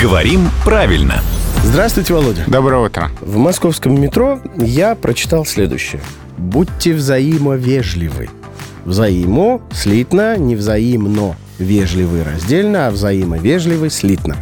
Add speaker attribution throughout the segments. Speaker 1: Говорим правильно.
Speaker 2: Здравствуйте, Володя.
Speaker 3: Доброе утро.
Speaker 2: В московском метро я прочитал следующее. Будьте взаимовежливы. Взаимо слитно, невзаимно вежливый раздельно, а взаимовежливый слитно.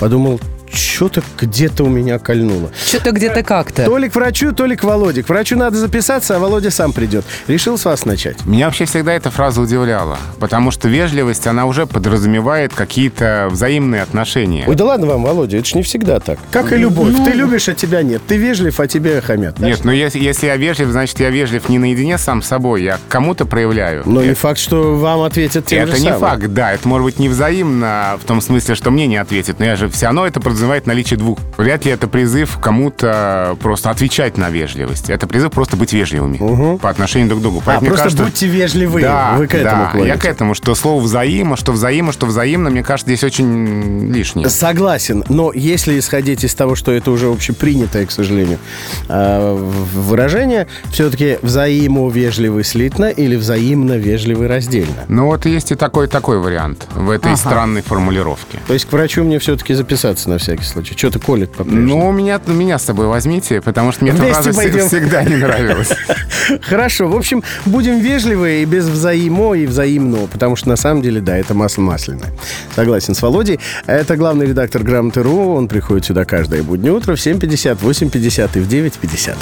Speaker 2: Подумал, что-то где-то у меня кольнуло.
Speaker 4: Что-то где-то как-то.
Speaker 2: То ли к врачу, то ли к Володе. К врачу надо записаться, а Володя сам придет. Решил с вас начать.
Speaker 3: Меня вообще всегда эта фраза удивляла, потому что вежливость, она уже подразумевает какие-то взаимные отношения.
Speaker 2: Ой, да ладно вам, Володя, это ж не всегда так. Как и любовь. Ты любишь, а тебя нет. Ты вежлив, а тебе хамят.
Speaker 3: Ну, Нет, ну если, если я вежлив, значит я вежлив не наедине сам с собой, я к кому-то проявляю.
Speaker 2: Но не факт, что вам ответят Ну, тем
Speaker 3: это
Speaker 2: же
Speaker 3: не
Speaker 2: самым.
Speaker 3: факт, да, это может быть не взаимно, в том смысле, что мне не ответит, но я же все равно это подразумевает наличие двух. Вряд ли это призыв кому-то просто отвечать на вежливость. Это призыв просто быть вежливыми по отношению друг к другу.
Speaker 2: А
Speaker 3: Поэтому мне
Speaker 2: просто
Speaker 3: кажется-
Speaker 2: будьте вежливы.
Speaker 3: Да,
Speaker 2: Вы к этому
Speaker 3: да,
Speaker 2: клоните.
Speaker 3: я к этому, что слово взаимо, что взаимо, что взаимно, мне кажется, здесь очень лишнее.
Speaker 2: Согласен, но если исходить из того, что это уже общепринятое, к сожалению, э, в- выражение, все-таки взаимовежливый слитно или взаимно вежливый раздельно.
Speaker 3: Ну вот есть и такой и такой вариант в этой странной формулировке.
Speaker 2: То есть к врачу мне все-таки записаться на всякий случай. Что-то колет по-прежнему.
Speaker 3: Ну, меня, меня с собой возьмите, потому что мне эта
Speaker 2: Вместе
Speaker 3: фраза все-
Speaker 2: пойдем.
Speaker 3: всегда не нравилась.
Speaker 2: Хорошо, в общем, будем вежливы и без взаимо и взаимного, потому что на самом деле, да, это масло масляное. Согласен с Володей. Это главный редактор Грамоты.ру, он приходит сюда каждое буднее утро в 7.50, 8.50 и в 9.50.